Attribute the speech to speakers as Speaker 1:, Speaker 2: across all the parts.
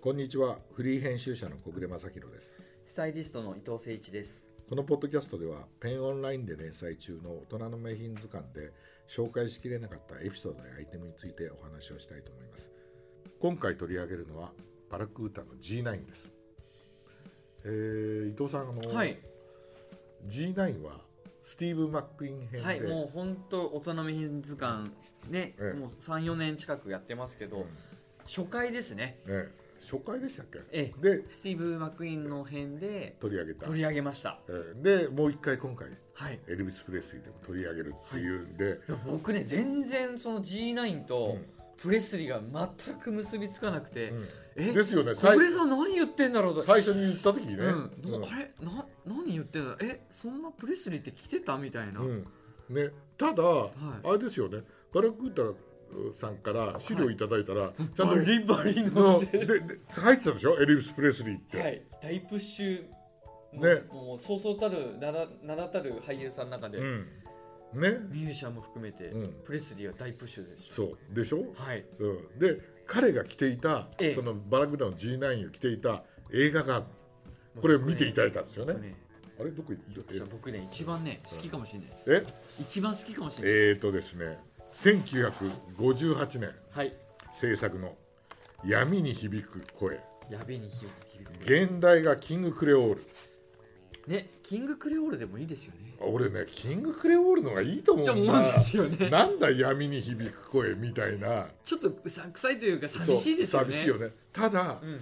Speaker 1: こんにちはフリー編集者の小暮正弘です
Speaker 2: スタイリストの伊藤誠一です。
Speaker 1: このポッドキャストではペンオンラインで連載中の大人の名品図鑑で紹介しきれなかったエピソードやアイテムについてお話をしたいと思います今回取り上げるのはバラクータの G9 です、えー伊藤さんあの、
Speaker 2: はい、
Speaker 1: G9 はスティーブ・マックイン編で、
Speaker 2: はい、もう本当大人の品図鑑ね、
Speaker 1: ええ
Speaker 2: もう三四年近くやってますけど、
Speaker 1: うん
Speaker 2: 初回ですね。
Speaker 1: ええ初回でしたっけ、
Speaker 2: ええ
Speaker 1: で
Speaker 2: スティーブマクイーンの編で
Speaker 1: 取り上げた
Speaker 2: 取り上げました。
Speaker 1: ええでもう一回今回
Speaker 2: はい。
Speaker 1: エルビス・プレスリーでも取り上げるっていうんで、
Speaker 2: でも僕ね全然その G9
Speaker 1: う
Speaker 2: と
Speaker 1: ん
Speaker 2: プレスリーが全く結びつかなくて、
Speaker 1: うん
Speaker 2: え
Speaker 1: ですよね
Speaker 2: 小
Speaker 1: 最
Speaker 2: 暮さん何言ってんだろうと。
Speaker 1: 最初に言った時にね、
Speaker 2: うん、
Speaker 1: うん
Speaker 2: あれな何言ってんだえそんなプレスリーって来てたみたいな、
Speaker 1: うんね、ただ、
Speaker 2: い
Speaker 1: あれですよねバラクータさんから資料いただいたら、ちゃん
Speaker 2: バ
Speaker 1: と
Speaker 2: リバリ
Speaker 1: う
Speaker 2: の
Speaker 1: んでで入ってたでしょエリプス・プレスリーって、
Speaker 2: はい、大プッシュの、
Speaker 1: ね
Speaker 2: もうそうそうたる名だ名だたる俳優さんの中で、
Speaker 1: うんね
Speaker 2: ミュージシャンも含めて、
Speaker 1: うん
Speaker 2: プレスリーは大プッシュでしょ
Speaker 1: そうでしょ、
Speaker 2: はい
Speaker 1: うん、で彼が着ていた、
Speaker 2: ええ
Speaker 1: そのバラクータの G9 を着ていた映画がこれを見ていただいたんですよね
Speaker 2: 僕ね
Speaker 1: あれどこ行っ
Speaker 2: 実は僕ね一番ね好きかもしれないです、
Speaker 1: え
Speaker 2: 一番好きかもしれない
Speaker 1: え
Speaker 2: です、
Speaker 1: ーとですね1958年
Speaker 2: はい
Speaker 1: 制作の「闇に響く声
Speaker 2: やべえに響く響く
Speaker 1: 現代がキング・クレオール」
Speaker 2: ねキングクレオールでもいいですよね
Speaker 1: 俺ねキングクレオールのがいいと思
Speaker 2: って
Speaker 1: うん
Speaker 2: 思うんで
Speaker 1: だ
Speaker 2: すよね
Speaker 1: なんだ闇に響く声みたいな
Speaker 2: ちょっとうさんくさいというか
Speaker 1: そう
Speaker 2: 寂しいですよね
Speaker 1: 寂しいよねただ、
Speaker 2: うん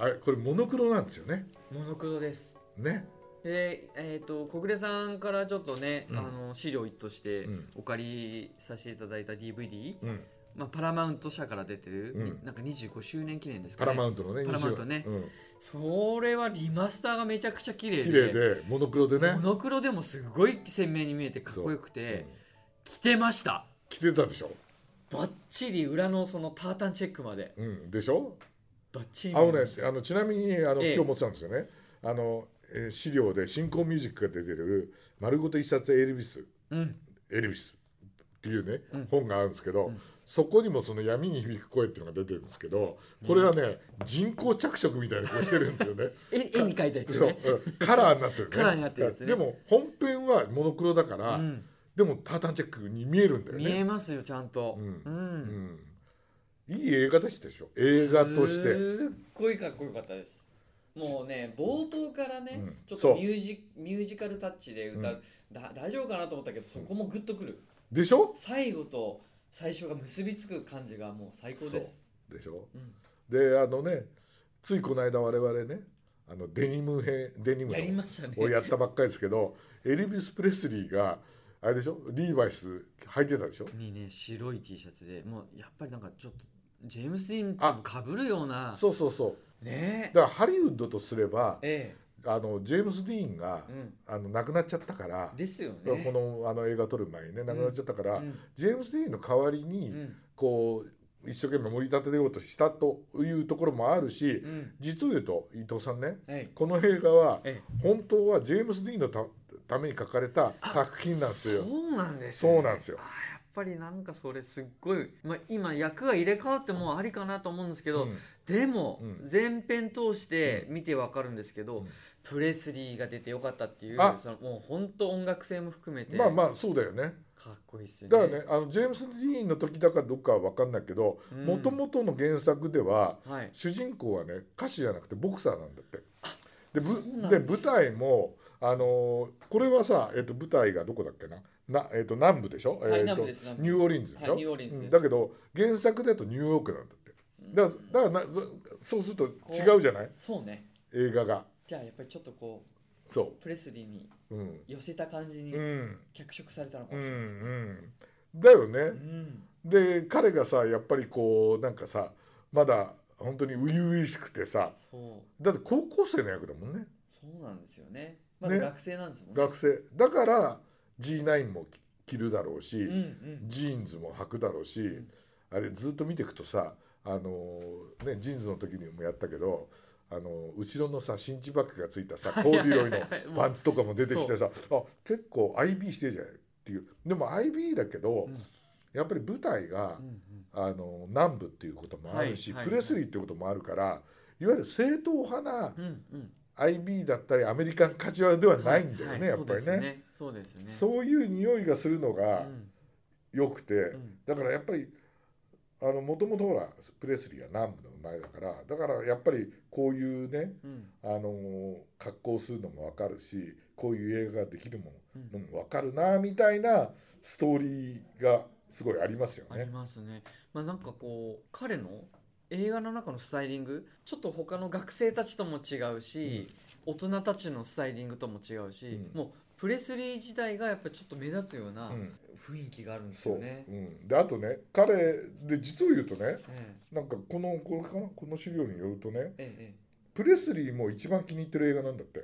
Speaker 1: あれこれモノクロなんですよね
Speaker 2: モノクロです
Speaker 1: ね
Speaker 2: でえー、と小暮さんからちょっとね、
Speaker 1: うん
Speaker 2: あの資料として
Speaker 1: うん
Speaker 2: お借りさせていただいた DVD、
Speaker 1: うん
Speaker 2: まあ、パラマウント社から出てる、
Speaker 1: うん
Speaker 2: なんか25周年記念ですか
Speaker 1: パ
Speaker 2: ね
Speaker 1: ラマウントのね
Speaker 2: パラマウントね
Speaker 1: 20うん
Speaker 2: それはリマスターがめちゃくちゃ綺麗で
Speaker 1: 綺麗でモノクロでね
Speaker 2: モノクロでもすごい鮮明に見えてかっこよくて、着てました
Speaker 1: 着てたでしょ
Speaker 2: バッチリ裏のそのタータンチェックまで
Speaker 1: うんでしょ
Speaker 2: バッチリ
Speaker 1: あ
Speaker 2: 見
Speaker 1: の
Speaker 2: えま
Speaker 1: ね
Speaker 2: した
Speaker 1: あのちなみにあの
Speaker 2: ええ
Speaker 1: 今日持ってたんですよねあの、えー資料で新興ミュージックが出てる「丸ごと一冊エルビス」
Speaker 2: うん
Speaker 1: エルビスっていうね、
Speaker 2: うん
Speaker 1: 本があるんですけど、
Speaker 2: うん
Speaker 1: そこにもその闇に響く声っていうのが出てるんですけどこれはね、人工着色みたいなこうしてるんですよ ね
Speaker 2: 絵絵に描いたやつ
Speaker 1: そう
Speaker 2: ね
Speaker 1: うんカラーになってるね
Speaker 2: カラーになってるやつね
Speaker 1: でも本編はモノクロだから、
Speaker 2: うん
Speaker 1: でもタータンチェックに見えるんだよね
Speaker 2: 見えますよちゃんと
Speaker 1: うん
Speaker 2: うん
Speaker 1: うん、いい映画でしたでしょ映画として
Speaker 2: すっごいかっこよかったですもうね冒頭からね、
Speaker 1: うん
Speaker 2: ちょっ
Speaker 1: そう
Speaker 2: とミュージミュージカルタッチで歌う、だ大丈夫かなと思ったけどそこもグッとくる
Speaker 1: でしょ
Speaker 2: 最後と最初が結びつく感じがもう最高です
Speaker 1: でしょ
Speaker 2: うん
Speaker 1: であのねついこの間我々ねあのデニム編デニム
Speaker 2: やり
Speaker 1: の
Speaker 2: ましたね
Speaker 1: をやったばっかりですけどエリビス・プレスリーがあれでしょリーバイス履いてたでしょ
Speaker 2: にね白い T シャツでもうやっぱりなんかちょっとジェームス・ディーンともかぶるような
Speaker 1: そうそうそう
Speaker 2: ね
Speaker 1: だからハリウッドとすれば
Speaker 2: え
Speaker 1: あのジェームス・ディーンが
Speaker 2: え、うん、
Speaker 1: あの亡くなっちゃったから
Speaker 2: ですよね
Speaker 1: このあの映画撮る前にね亡くなっちゃったから、
Speaker 2: うん
Speaker 1: ジェームス・ディーンの代わり
Speaker 2: う
Speaker 1: に
Speaker 2: ん
Speaker 1: こう一生懸命盛り立てようとしたというところもあるし
Speaker 2: うん
Speaker 1: 実を言うと伊藤さんね
Speaker 2: はい
Speaker 1: この映画は
Speaker 2: ええ
Speaker 1: 本当はジェームス・ディーンのたために書かれた作品なんですよ。
Speaker 2: そうなんです、
Speaker 1: そうなんですよ
Speaker 2: あーやっぱりなんかそれすっごい、まあ、今役が入れ替わってもありかなと思うんですけど、
Speaker 1: うん
Speaker 2: でも
Speaker 1: うん
Speaker 2: 前編通して見てわかるんですけど、
Speaker 1: うん
Speaker 2: プレスリーが出てよかったっていう
Speaker 1: あ
Speaker 2: そのもう本当音楽性も含めて
Speaker 1: まあ
Speaker 2: か
Speaker 1: まあそうだよね。
Speaker 2: っこいいっすよね。
Speaker 1: だからね、あのジェームス・ディーンの時だかどうかは分かんないけど
Speaker 2: うん
Speaker 1: もともとの原作では
Speaker 2: はい、
Speaker 1: 主人公はね歌手じゃなくてボクサーなんだって。でぶ
Speaker 2: そうなんだ
Speaker 1: で舞台も、あのーこれはさ、えっと舞台がどこだっけなな、えっと南部でしょ、
Speaker 2: はい
Speaker 1: えっと
Speaker 2: 南部です南部
Speaker 1: ニューオーリンズでしょ、
Speaker 2: はいニューオーリンズです
Speaker 1: うんだけど原作だとニューヨークなんだってだからだからなそそうすると違うじゃない
Speaker 2: そうね
Speaker 1: 映画が
Speaker 2: じゃあやっぱりちょっとこ
Speaker 1: そう
Speaker 2: プレスリーに
Speaker 1: う、ん
Speaker 2: 寄せた感じに
Speaker 1: うん
Speaker 2: 脚色されたのか
Speaker 1: う
Speaker 2: も
Speaker 1: ん
Speaker 2: しれないで
Speaker 1: う
Speaker 2: す、
Speaker 1: ん、だよね、
Speaker 2: うん
Speaker 1: で彼がさやっぱりこうなんかさまだ本当に初々しくてさ
Speaker 2: そう
Speaker 1: だって高校生の役だもんね
Speaker 2: そうなんですよねまだ
Speaker 1: ね
Speaker 2: 学生なんですもんね
Speaker 1: 学生だから G9 も着着るだろうし、
Speaker 2: うんうん
Speaker 1: ジーンズも履くだろうし、
Speaker 2: ん
Speaker 1: あれずっと見ていくとさあのーねジーンズの時にもやったけどあのー後ろのさシンチバッグがついたさコーデュロイの
Speaker 2: はいはいはい
Speaker 1: パンツとかも出てきてさあ結構 IB してるじゃないっていうでも IB だけど、
Speaker 2: うん
Speaker 1: やっぱり舞台が
Speaker 2: うんうん
Speaker 1: あの南部っていうこともあるし、
Speaker 2: はいはい
Speaker 1: プレスリーっていうこともあるから、いわゆる正統派な
Speaker 2: うんうん。
Speaker 1: IB だったりアメリカンカジュアルではないんだよね、やっぱりね
Speaker 2: そうですね。う
Speaker 1: そういう匂いがするの
Speaker 2: です
Speaker 1: が
Speaker 2: ね
Speaker 1: 良くて、
Speaker 2: うん
Speaker 1: だからやっぱりあのもともとほらプレスリーは南部の生まれだからだからやっぱりこういうね
Speaker 2: うんうん
Speaker 1: あのー格好するのも分かるしこういう映画ができるも
Speaker 2: うん
Speaker 1: のも分かるなみたいなストーリーがすごいありますよ
Speaker 2: あり
Speaker 1: ね。
Speaker 2: ますね。まあなんかこう彼の映画の中のスタイリングちょっと他の学生たちとも違うし、大人たちのスタイリングとも違うし、
Speaker 1: うん
Speaker 2: もうプレスリー自体がやっぱりちょっと目立つような
Speaker 1: うん
Speaker 2: 雰囲気があるんです
Speaker 1: そう
Speaker 2: よね。
Speaker 1: うん、であとね彼で実を言うとね
Speaker 2: え
Speaker 1: なんかこのこれかなこの資料によるとね
Speaker 2: ええええ
Speaker 1: プレスリーも一番気に入ってる映画なんだって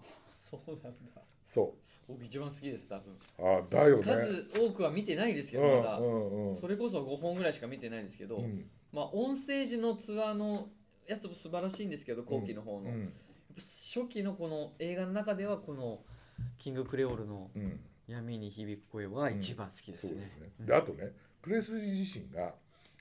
Speaker 2: え、そうなんだ。
Speaker 1: そ
Speaker 2: 僕一番好きです多分。
Speaker 1: うあーだよね。
Speaker 2: 数多くは見てないですけ
Speaker 1: う
Speaker 2: ど
Speaker 1: ん
Speaker 2: まだ。
Speaker 1: うんうん
Speaker 2: それこそ5本ぐらいしか見てないですけど、
Speaker 1: うん
Speaker 2: まあオンステージのツアーのやつも素晴らしいんですけど後期の方の、
Speaker 1: う
Speaker 2: やっ
Speaker 1: ん
Speaker 2: ぱ初期のこの映画の中ではこの「キングクレオール」の
Speaker 1: うん
Speaker 2: 闇に響く声は一番好きで
Speaker 1: そう
Speaker 2: す
Speaker 1: です
Speaker 2: ね
Speaker 1: ね。
Speaker 2: うん
Speaker 1: であとねプレスリー自身が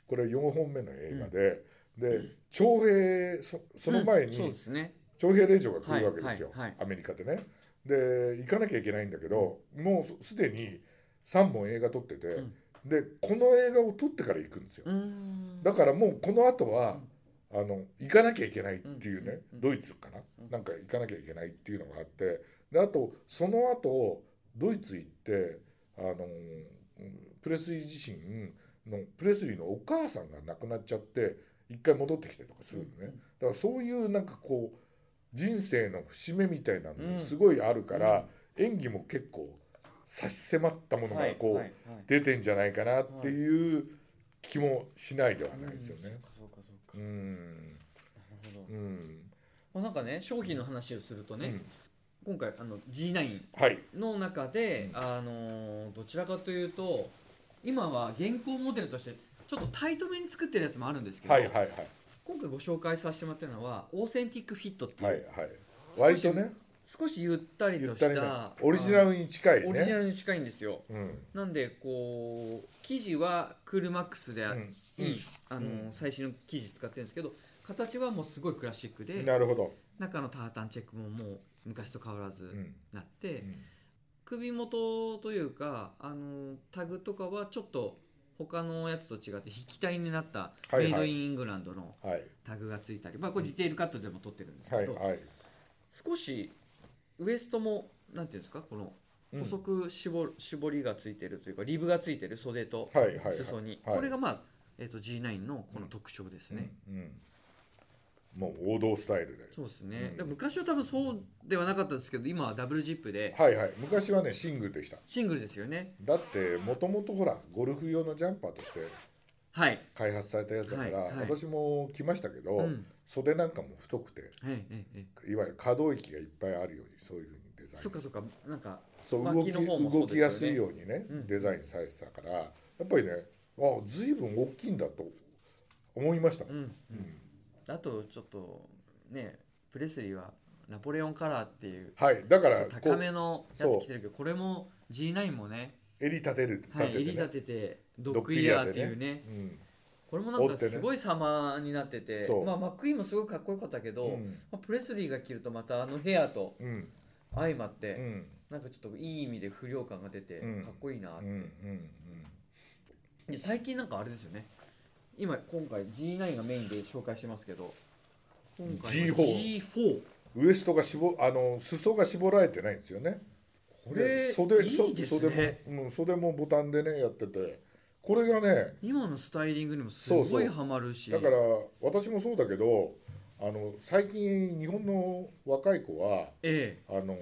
Speaker 1: これ4本目の映画で、で徴兵そその前
Speaker 2: うんそう
Speaker 1: に
Speaker 2: ですね。
Speaker 1: 徴兵令状が来るわけですよ、
Speaker 2: はいはいはい
Speaker 1: アメリカでね。で行かなきゃいけないんだけど、もうすでに3本映画撮ってて、
Speaker 2: うん
Speaker 1: でこの映画を撮ってから行くんですよ。
Speaker 2: うーん。
Speaker 1: だからもうこの後は、あの行かなきゃいけないっていうね、
Speaker 2: うんうんうん
Speaker 1: ドイツかな、
Speaker 2: うん
Speaker 1: なんか行かなきゃいけないっていうのがあってであとその後ドイツ行ってあのうんプレスリー自身のプレスリーのお母さんが亡くなっちゃって一回戻ってきてとかするのね、
Speaker 2: うんうん
Speaker 1: だからそういうなんかこう人生の節目みたいなの
Speaker 2: うん
Speaker 1: にすごいあるから、演技も結構差し迫ったものがこう、
Speaker 2: はいはいはい
Speaker 1: 出てんじゃないかなっていう気もしないではないですよね。
Speaker 2: うんそうかそうかそうか。
Speaker 1: う
Speaker 2: なんるほど。
Speaker 1: うん
Speaker 2: まあなんかね商品の話をするとね、
Speaker 1: うん
Speaker 2: 今回あの G9
Speaker 1: はい、
Speaker 2: の中で、
Speaker 1: うん
Speaker 2: あのーどちらかというと今は現行モデルとしてちょっとタイトめに作ってるやつもあるんですけど、
Speaker 1: はいはいはい
Speaker 2: 今回ご紹介させてもらってるのはオーセンティックフィットっていう、
Speaker 1: はいはい割とね
Speaker 2: 少しゆったり
Speaker 1: ゆ
Speaker 2: と
Speaker 1: っ
Speaker 2: したた
Speaker 1: りなオリジナ
Speaker 2: あ
Speaker 1: ルに近い
Speaker 2: のオリジナ
Speaker 1: ね
Speaker 2: ルに近いんですよ
Speaker 1: うん
Speaker 2: なんでこう生地はクールマックスであ、
Speaker 1: うん
Speaker 2: いい、あのー
Speaker 1: うん
Speaker 2: 最新の生地使ってるんですけど形はもうすごいクラシックで
Speaker 1: なるほど、
Speaker 2: 中のタータンチェックももう昔と変わらず
Speaker 1: うん
Speaker 2: なって、
Speaker 1: うん
Speaker 2: 首元というかあのタグとかはちょっと他のやつと違って引き体になった
Speaker 1: いは
Speaker 2: メ
Speaker 1: い
Speaker 2: イドインイングランドの
Speaker 1: はい
Speaker 2: タグがついたり、まあ、これディテールカットでも撮ってるんですけ
Speaker 1: はい
Speaker 2: ど、
Speaker 1: はい、
Speaker 2: 少しウエストもなんていうんですかこの
Speaker 1: うん
Speaker 2: 細く絞絞りがついてるというかリブがついてる袖と
Speaker 1: はいはいはい
Speaker 2: 裾に、
Speaker 1: はい
Speaker 2: これがまあ、えー、と G9 のこの特徴ですね。
Speaker 1: うんうんもう王道スタイルで
Speaker 2: そうです
Speaker 1: うん
Speaker 2: ね、だから昔は多分そうではなかったですけど今はダブルジップで
Speaker 1: はいはい昔はねシングルでした
Speaker 2: シングルですよね
Speaker 1: だってもともとほらゴルフ用のジャンパーとして
Speaker 2: はい、
Speaker 1: 開発されたやつだから、
Speaker 2: はいはい
Speaker 1: 私も来ましたけど、
Speaker 2: うん、
Speaker 1: 袖なんかも太くて
Speaker 2: はいはいはい
Speaker 1: いわゆる可動域がいっぱいあるようにそういうふうにデザイン
Speaker 2: そっかそっかなんか
Speaker 1: そう動
Speaker 2: 脇
Speaker 1: き
Speaker 2: の方もそう
Speaker 1: 動
Speaker 2: ですよね
Speaker 1: きやすいようにね、
Speaker 2: うん
Speaker 1: デザインされてたからやっぱりねあ随分大きいんだと思いました、
Speaker 2: うん、
Speaker 1: うん
Speaker 2: あとちょっとねプレスリーはナポレオンカラーっていう
Speaker 1: はいだから
Speaker 2: ちょっと
Speaker 1: こ
Speaker 2: 高
Speaker 1: う
Speaker 2: めのやつ着てるけどこれも G9 もね、
Speaker 1: 襟立てる立
Speaker 2: はい、
Speaker 1: て
Speaker 2: 襟
Speaker 1: て、ね
Speaker 2: 立ててドッグイヤーっていうね
Speaker 1: うん
Speaker 2: これもなん
Speaker 1: 折
Speaker 2: か
Speaker 1: ってね
Speaker 2: すごい様になってて
Speaker 1: そう
Speaker 2: まあ、マックイーンもすごいかっこよかったけど、
Speaker 1: うん
Speaker 2: まあ、プレスリーが着るとまたあのヘアと
Speaker 1: うん
Speaker 2: 相まっ
Speaker 1: う
Speaker 2: て、
Speaker 1: ん
Speaker 2: なんかちょっといい意味で不良感が出て、
Speaker 1: うん
Speaker 2: かっこいいなっ
Speaker 1: う
Speaker 2: て、
Speaker 1: んうん
Speaker 2: で最近なんかあれですよね今今回 G9 がメインで紹介してますけど今回は
Speaker 1: G4
Speaker 2: G4
Speaker 1: うんウエストが絞あの裾が絞られてないんですよね
Speaker 2: これ
Speaker 1: で袖そ
Speaker 2: いいですね
Speaker 1: 袖も、うん、袖もボタンでねやっててこれがね
Speaker 2: 今のスタイリングにもす
Speaker 1: そ
Speaker 2: ご
Speaker 1: うそ
Speaker 2: いうハマるし
Speaker 1: だから私もそうだけどあの最近日本の若い子は
Speaker 2: え
Speaker 1: あの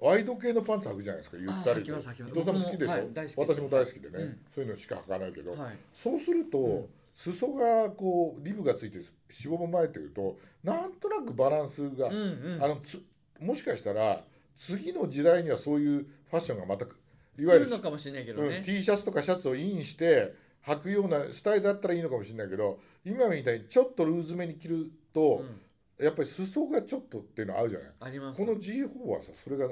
Speaker 1: ワワイド系のパンツ履くじゃないですかゆったりと
Speaker 2: あ履きます履きます
Speaker 1: 伊藤さんも好きでしょ、
Speaker 2: 僕もはい大好きです
Speaker 1: 私も大好きでね、
Speaker 2: うん
Speaker 1: そういうのしか履かないけ
Speaker 2: え
Speaker 1: ど、
Speaker 2: はい
Speaker 1: そうすると、
Speaker 2: うん
Speaker 1: 裾がこうリブがついてしぼまれてるとなんとなくバランスが、
Speaker 2: うんうん
Speaker 1: あのつもしかしたら次の時代にはそういうファッションがまたいわ
Speaker 2: 来
Speaker 1: ゆ
Speaker 2: る
Speaker 1: る、
Speaker 2: のかもしれないけど
Speaker 1: う
Speaker 2: ね
Speaker 1: ん、、T シャツとかシャツをインして履くようなスタイルだったらいいのかもしれないけど今みたいにちょっとルーズめに着る
Speaker 2: うん
Speaker 1: と、やっぱり裾がちょっとっていうのあるじゃない
Speaker 2: あります
Speaker 1: この G4 はさそれが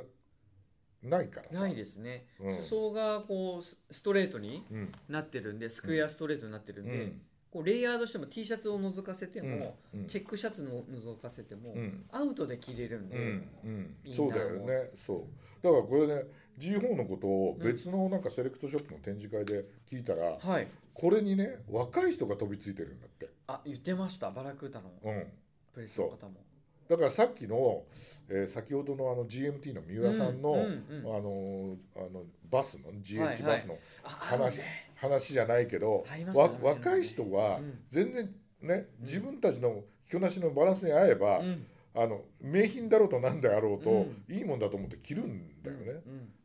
Speaker 1: ないからさ
Speaker 2: ないですね、
Speaker 1: うん
Speaker 2: 裾がこうスストレートに
Speaker 1: うん
Speaker 2: なってるんでスクエアストレートになってるんで、
Speaker 1: うん
Speaker 2: こうレイヤードしても T シャツを覗かせても、
Speaker 1: うん
Speaker 2: チェックシャツの覗かせても、
Speaker 1: うん
Speaker 2: アウトで着れるんで、
Speaker 1: うんう
Speaker 2: イ
Speaker 1: ん、
Speaker 2: ンナーを
Speaker 1: そうだよねそうだからこれね G4 のことを別のなんかセレクトショップの展示会で聞いたら、
Speaker 2: はい
Speaker 1: これにね若い人が飛びついてるんだって、
Speaker 2: あ言ってましたバラクータの
Speaker 1: うん、
Speaker 2: プレスの方も
Speaker 1: だからさっきの、えー先ほどのあの GMT の三浦さんの、
Speaker 2: うんうんう
Speaker 1: あ
Speaker 2: ん
Speaker 1: のーあのバスの
Speaker 2: はいは
Speaker 1: GH
Speaker 2: い
Speaker 1: バスの
Speaker 2: あ
Speaker 1: 話,、話じゃないけど、
Speaker 2: ありますよ
Speaker 1: わ
Speaker 2: ね
Speaker 1: 若い人は
Speaker 2: うん
Speaker 1: 全然ね、
Speaker 2: うん
Speaker 1: 自分たちの着こなしのバランスに合えば、
Speaker 2: あるねうん
Speaker 1: あの名品だろうと何であろうと、
Speaker 2: うん
Speaker 1: いいもんだと思って着るんだよね、
Speaker 2: うんうん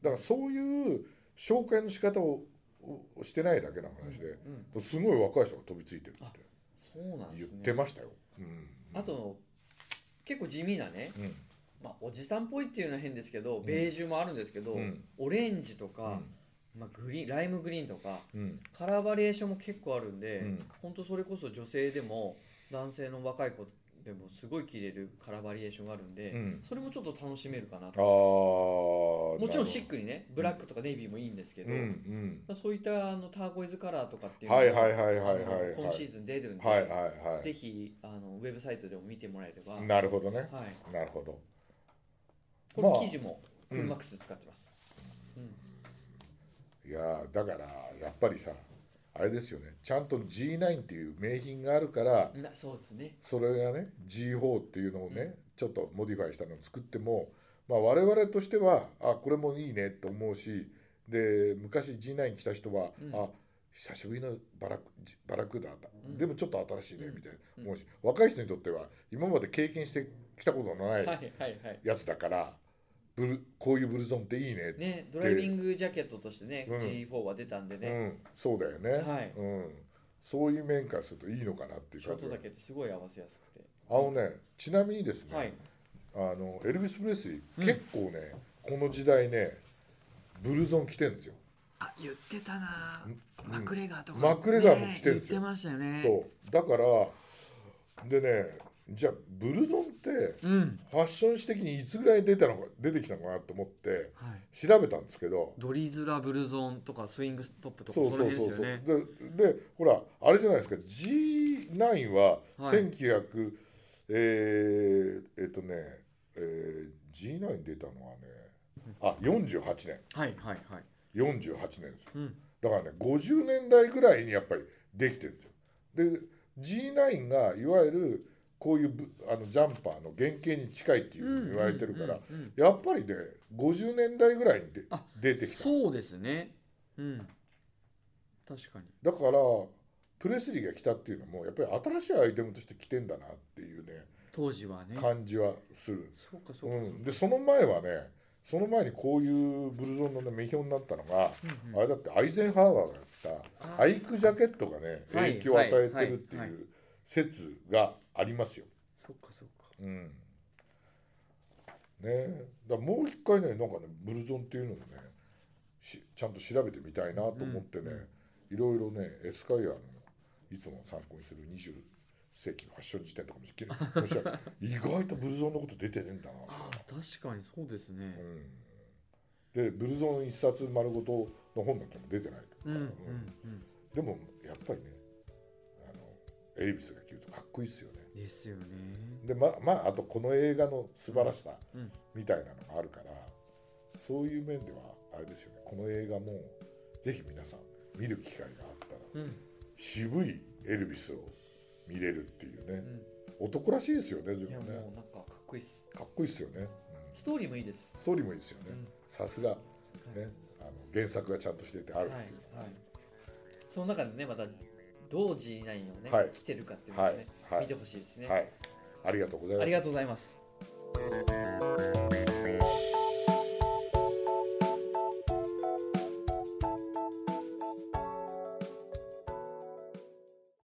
Speaker 1: だからそういう紹介の仕方ををしてないだけの話で、
Speaker 2: うん
Speaker 1: すごい若い人が飛びついてるって
Speaker 2: そうなんで
Speaker 1: 言っ
Speaker 2: すね
Speaker 1: てましたよ。うん
Speaker 2: あと結構地味なね、
Speaker 1: うん
Speaker 2: まあ、おじさんっぽいっていうのは変ですけど、
Speaker 1: ん
Speaker 2: ベージュもあるんですけど、
Speaker 1: うん
Speaker 2: オレンジと
Speaker 1: う
Speaker 2: か、
Speaker 1: ん
Speaker 2: まあ、グリーンライムグリーンとか
Speaker 1: うん
Speaker 2: カラーバリエーションも結構あるんで、
Speaker 1: うん
Speaker 2: ほんとそれこそ女性でも男性の若い子でもすごい着れるカラーバリエーションがあるんで、
Speaker 1: うん
Speaker 2: それもちょっと楽しめるかな
Speaker 1: あ
Speaker 2: と
Speaker 1: も
Speaker 2: もちろんシックにねブラックとかネイビーもいいんですけど、
Speaker 1: うん
Speaker 2: まあそういったあのターコイズカラーとかって
Speaker 1: うん、
Speaker 2: いうのが
Speaker 1: はいはいはいはいはい
Speaker 2: あの今シー
Speaker 1: ズ
Speaker 2: ズン出るんで、
Speaker 1: はいはいはい
Speaker 2: ぜひあのウェブサイトでも見てもらえれば、はい、
Speaker 1: なるほどねなるほど
Speaker 2: この
Speaker 1: まあ
Speaker 2: 生地もクルマックス使ってます、うん
Speaker 1: いやーだからやっぱりさあれですよねちゃんと G9 っていう名品があるから
Speaker 2: なそうですね
Speaker 1: それがね G4 っていうのをね、ちょっとモディファイしたのを作っても、まあ、我々としてはあこれもいいねと思うしで昔 G9 来た人は、
Speaker 2: うん
Speaker 1: あ久しぶりのバラクバラクーダーだ、
Speaker 2: うん
Speaker 1: でもちょっと新しいねみたいな
Speaker 2: うん
Speaker 1: 思うし、若い人にとっては今まで経験してきたことのな
Speaker 2: はい
Speaker 1: い
Speaker 2: はいはい
Speaker 1: やつだから、ブルこういうブルゾンっていいね
Speaker 2: ねドライビングジャケットとしてね、
Speaker 1: うん
Speaker 2: G4 は出たんで
Speaker 1: う
Speaker 2: ね、
Speaker 1: ん、そうだよね、
Speaker 2: はい
Speaker 1: うん、そういう面からするといいのかなっていう
Speaker 2: ショ
Speaker 1: 感
Speaker 2: ー
Speaker 1: じ
Speaker 2: ト
Speaker 1: が
Speaker 2: だけですごい合わせやすくて
Speaker 1: あのねちなみにですね、
Speaker 2: はい
Speaker 1: あのエルビス・プレスリー、
Speaker 2: うん
Speaker 1: 結構ねこの時代ねブルゾン着てんですよ、
Speaker 2: あ言ってたな
Speaker 1: うん
Speaker 2: マクレガーと
Speaker 1: かマクレガーも来てるんですよね言って
Speaker 2: ましたよね
Speaker 1: そうだからでねじゃあブルゾンって
Speaker 2: うん
Speaker 1: ファッション史的にいつぐらい出たのか出てきたのかなと思って
Speaker 2: はい
Speaker 1: 調べたんですけど
Speaker 2: ドリズラブルゾーンとかスイングストップとか
Speaker 1: そう
Speaker 2: そ
Speaker 1: そ
Speaker 2: の
Speaker 1: う
Speaker 2: 辺
Speaker 1: そう
Speaker 2: です
Speaker 1: そう
Speaker 2: よ
Speaker 1: で
Speaker 2: ね
Speaker 1: でほらあれじゃないですか G9 は
Speaker 2: はい
Speaker 1: 1900、えーえっとね、えー G9 出たのはねあ48年
Speaker 2: はいはいはい
Speaker 1: 48年ですよ
Speaker 2: うん
Speaker 1: だからね50年代ぐらいにやっぱりできてるんですよ。で G9 がいわゆるこういうぶあのジャンパーの原型に近いっていうふうに言われてるから、
Speaker 2: うんうんうん
Speaker 1: やっぱりね50年代ぐらいにで
Speaker 2: あ
Speaker 1: 出
Speaker 2: うん
Speaker 1: てきた
Speaker 2: そうですねうん確かに
Speaker 1: だからプレスリーが来たっていうのもやっぱり新しいアイテムとして来てんだなっていうね
Speaker 2: 当時はね
Speaker 1: 感じはする。
Speaker 2: そうかそううか
Speaker 1: ん、でその前はねその前にこういうブルゾンの、ね、名標になったのが、
Speaker 2: うんうん
Speaker 1: あれだってアイゼンハーワーがやった
Speaker 2: あ
Speaker 1: アイクジャケットがね
Speaker 2: はい
Speaker 1: 影響を与えてるって
Speaker 2: はい
Speaker 1: い
Speaker 2: は
Speaker 1: う説がありますよ。
Speaker 2: そうかそうか
Speaker 1: うんね、だからもう一回ねなんかねブルゾンっていうのをねしちゃんと調べてみたいなと思ってね、いろいろねエスカイアのいつも参考にする20世紀ファッション時代とかも聞け面白い意外とブルゾンのこと出てねえんだなと
Speaker 2: あ確かにそうです
Speaker 1: う
Speaker 2: ね
Speaker 1: んでブルゾン一冊丸ごとの本なんても出てないか
Speaker 2: う
Speaker 1: ら
Speaker 2: んうん
Speaker 1: うん
Speaker 2: うん
Speaker 1: でもやっぱりねあのエルビスが着るとかっこいいっすよね
Speaker 2: ですよね
Speaker 1: でままああとこの映画の素晴らしさ
Speaker 2: うん
Speaker 1: みたいなのがあるから、そういう面ではあれですよねこの映画もぜひ皆さん見る機会があったら
Speaker 2: うん
Speaker 1: 渋いエルビスを見れるっていう
Speaker 2: う
Speaker 1: ね
Speaker 2: ん
Speaker 1: 男らしいですよねで
Speaker 2: いや
Speaker 1: も
Speaker 2: もう
Speaker 1: ね
Speaker 2: なんかかっこいいっす
Speaker 1: かっこいいですよね、うん
Speaker 2: ストーリーもいいです
Speaker 1: ストーリーもいいですよね
Speaker 2: うん
Speaker 1: さすが
Speaker 2: はい
Speaker 1: ねあの原作がちゃんとしててある
Speaker 2: はい
Speaker 1: っていう、
Speaker 2: はい、その中でねまたどう G9 をね、
Speaker 1: はい
Speaker 2: 着てるかっていうのを
Speaker 1: はい
Speaker 2: ね、
Speaker 1: はい
Speaker 2: 見てほしいですね、
Speaker 1: はい、ありがとうございま
Speaker 2: あ
Speaker 1: す
Speaker 2: り。がとうございます